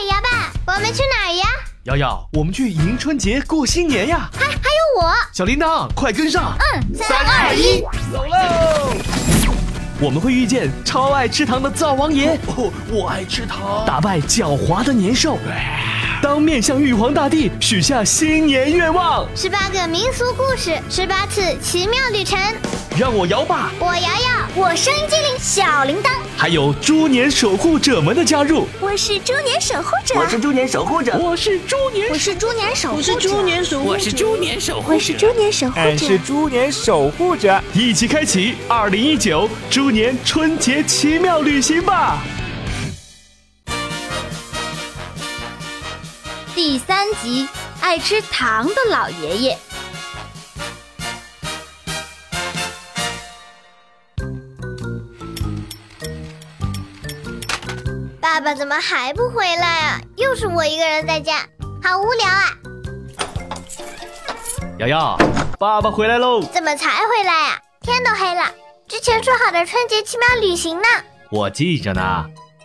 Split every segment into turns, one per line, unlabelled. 我们去哪儿呀？
瑶瑶，我们去迎春节过新年呀！
还还有我，
小铃铛，快跟上！
嗯，三二一，
走喽！我们会遇见超爱吃糖的灶王爷，
哦，我爱吃糖。
打败狡猾的年兽，当面向玉皇大帝许下新年愿望。
十八个民俗故事，十八次奇妙旅程。
让我摇吧！
我瑶瑶，我声音精灵小铃铛，
还有猪年守护者们的加入，
我是猪年守护者，
我是猪年守护者，
我是猪年
我是猪年守护者，我是猪年守护
我是猪年守护者，
年守护
哎
俺哎是猪年守护者。
一起开启二零一九猪年春节奇妙旅行吧！
第三集，爱吃糖的老爷爷。爸爸怎么还不回来啊？又是我一个人在家，好无聊啊！
瑶瑶，爸爸回来喽！
怎么才回来啊？天都黑了，之前说好的春节奇妙旅行呢？
我记着呢，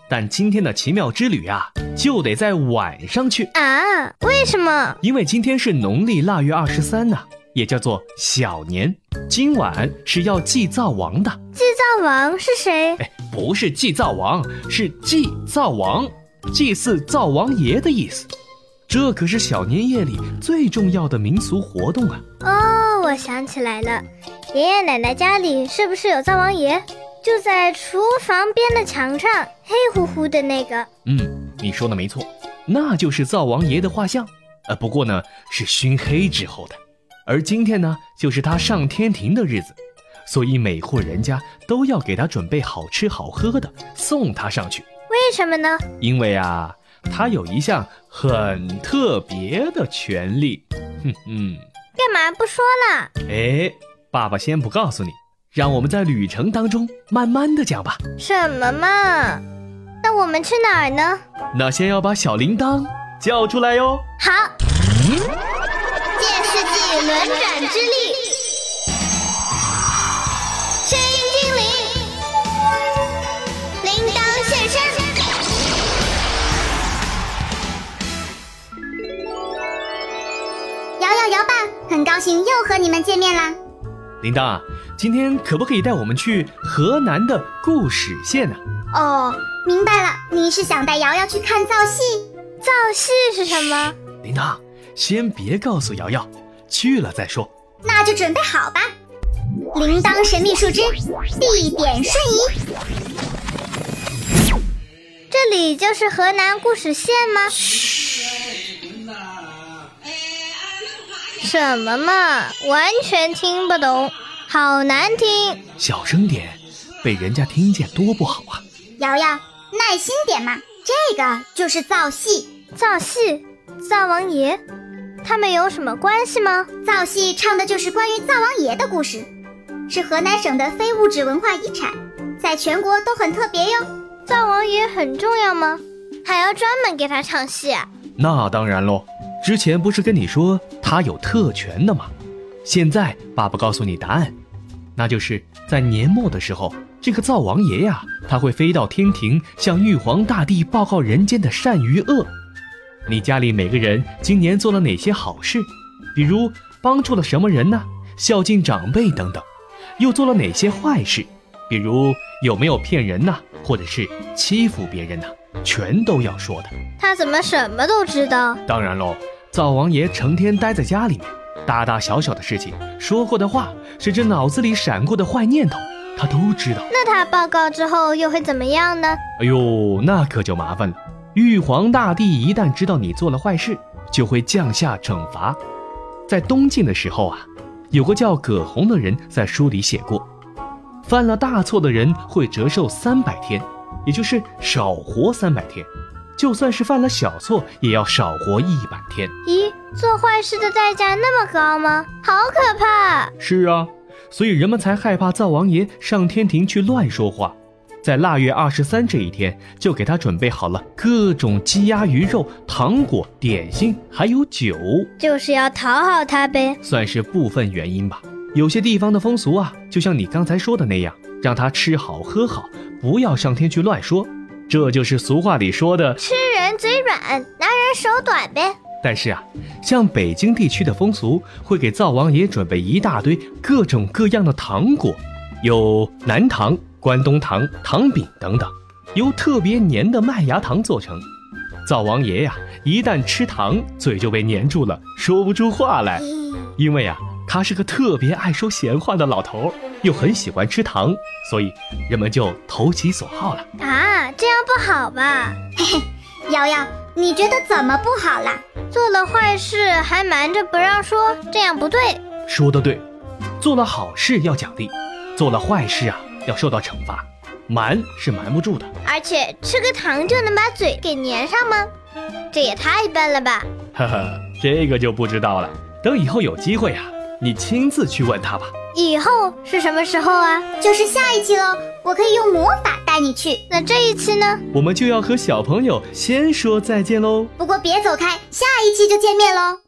但今天的奇妙之旅啊，就得在晚上去，
啊，为什么？
因为今天是农历腊月二十三呢，也叫做小年。今晚是要祭灶王的，
制造王是谁？
哎，不是祭灶王，是祭灶王，祭祀灶王爷的意思。这可是小年夜里最重要的民俗活动啊！
哦，我想起来了，爷爷奶奶家里是不是有灶王爷？就在厨房边的墙上，黑乎乎的那个。
嗯，你说的没错，那就是灶王爷的画像，呃，不过呢是熏黑之后的，而今天呢就是他上天庭的日子，所以每户人家都要给他准备好吃好喝的，送他上去，
为什么呢？
因为啊，他有一项很特别的权利，哼哼，
干嘛不说了？
哎，爸爸先不告诉你，让我们在旅程当中慢慢的讲吧。
什么嘛？那我们去哪儿呢？
那先要把小铃铛叫出来哟。
好，借世纪轮转之力，声音精灵，铃铛现身。
摇摇摇吧，很高兴又和你们见面啦！
铃铛啊，今天可不可以带我们去河南的固始县啊呢、
哦，明白了，你是想带瑶瑶去看造戏？
造戏是什么？
铃铛，啊先别告诉瑶瑶，去了再说。
那就准备好吧。铃铛神秘树枝，地点瞬移，
这里就是河南固始县吗？什么嘛，完全听不懂，好难听。
小声点，被人家听见多不好啊！
瑶瑶，耐心点嘛，这个就是造戏。
造戏，灶王爷，他们有什么关系吗？
造戏唱的就是关于灶王爷的故事，是河南省的非物质文化遗产，在全国都很特别哟。
灶王爷很重要吗？还要专门给他唱戏啊？
那当然喽，之前不是跟你说他有特权的吗？现在爸爸告诉你答案，那就是在年末的时候，这个灶王爷呀、他会飞到天庭，向玉皇大帝报告人间的善与恶。你家里每个人今年做了哪些好事？比如帮助了什么人呢？孝敬长辈等等。又做了哪些坏事？比如有没有骗人呐、或者是欺负别人呐、全都要说的。
他怎么什么都知道？
当然喽，灶王爷成天待在家里面，大大小小的事情、说过的话，甚至脑子里闪过的坏念头，他都知道。
那他报告之后又会怎么样呢？
哎呦，那可就麻烦了。玉皇大帝一旦知道你做了坏事，就会降下惩罚。在东晋的时候啊，有个叫葛洪的人在书里写过，犯了大错的人会折寿三百天，也就是少活三百天；就算是犯了小错，也要少活一百天。
咦，做坏事的代价那么高吗？好可怕！
是啊，所以人们才害怕灶王爷上天庭去乱说话。在腊月二十三这一天，就给他准备好了各种鸡鸭鱼肉、糖果、点心，还有酒，
就是要讨好他呗。
算是部分原因吧。有些地方的风俗啊，就像你刚才说的那样，让他吃好喝好，不要上天去乱说。这就是俗话里说的
吃人嘴软，软，拿人手短呗。
但是啊，像北京地区的风俗会给灶王爷准备一大堆各种各样的糖果，有南糖、关东糖、糖饼等等，由特别粘的麦芽糖做成。灶王爷呀、一旦吃糖，嘴就被粘住了，说不出话来。
嗯
因为啊，他是个特别爱说闲话的老头儿，又很喜欢吃糖，所以人们就投其所好了。
啊，这样不好吧？
瑶瑶，你觉得怎么不好啦？
做了坏事还瞒着不让说，这样不对。
说得对，做了好事要奖励，做了坏事啊要受到惩罚，瞒是瞒不住的。
而且吃个糖就能把嘴给粘上吗？这也太笨了吧！
呵呵，这个就不知道了。等以后有机会啊，你亲自去问他吧。
以后是什么时候啊？
就是下一期喽，我可以用魔法带你去，
那这一期呢？
我们就要和小朋友先说再见喽。
不过别走开，下一期就见面喽。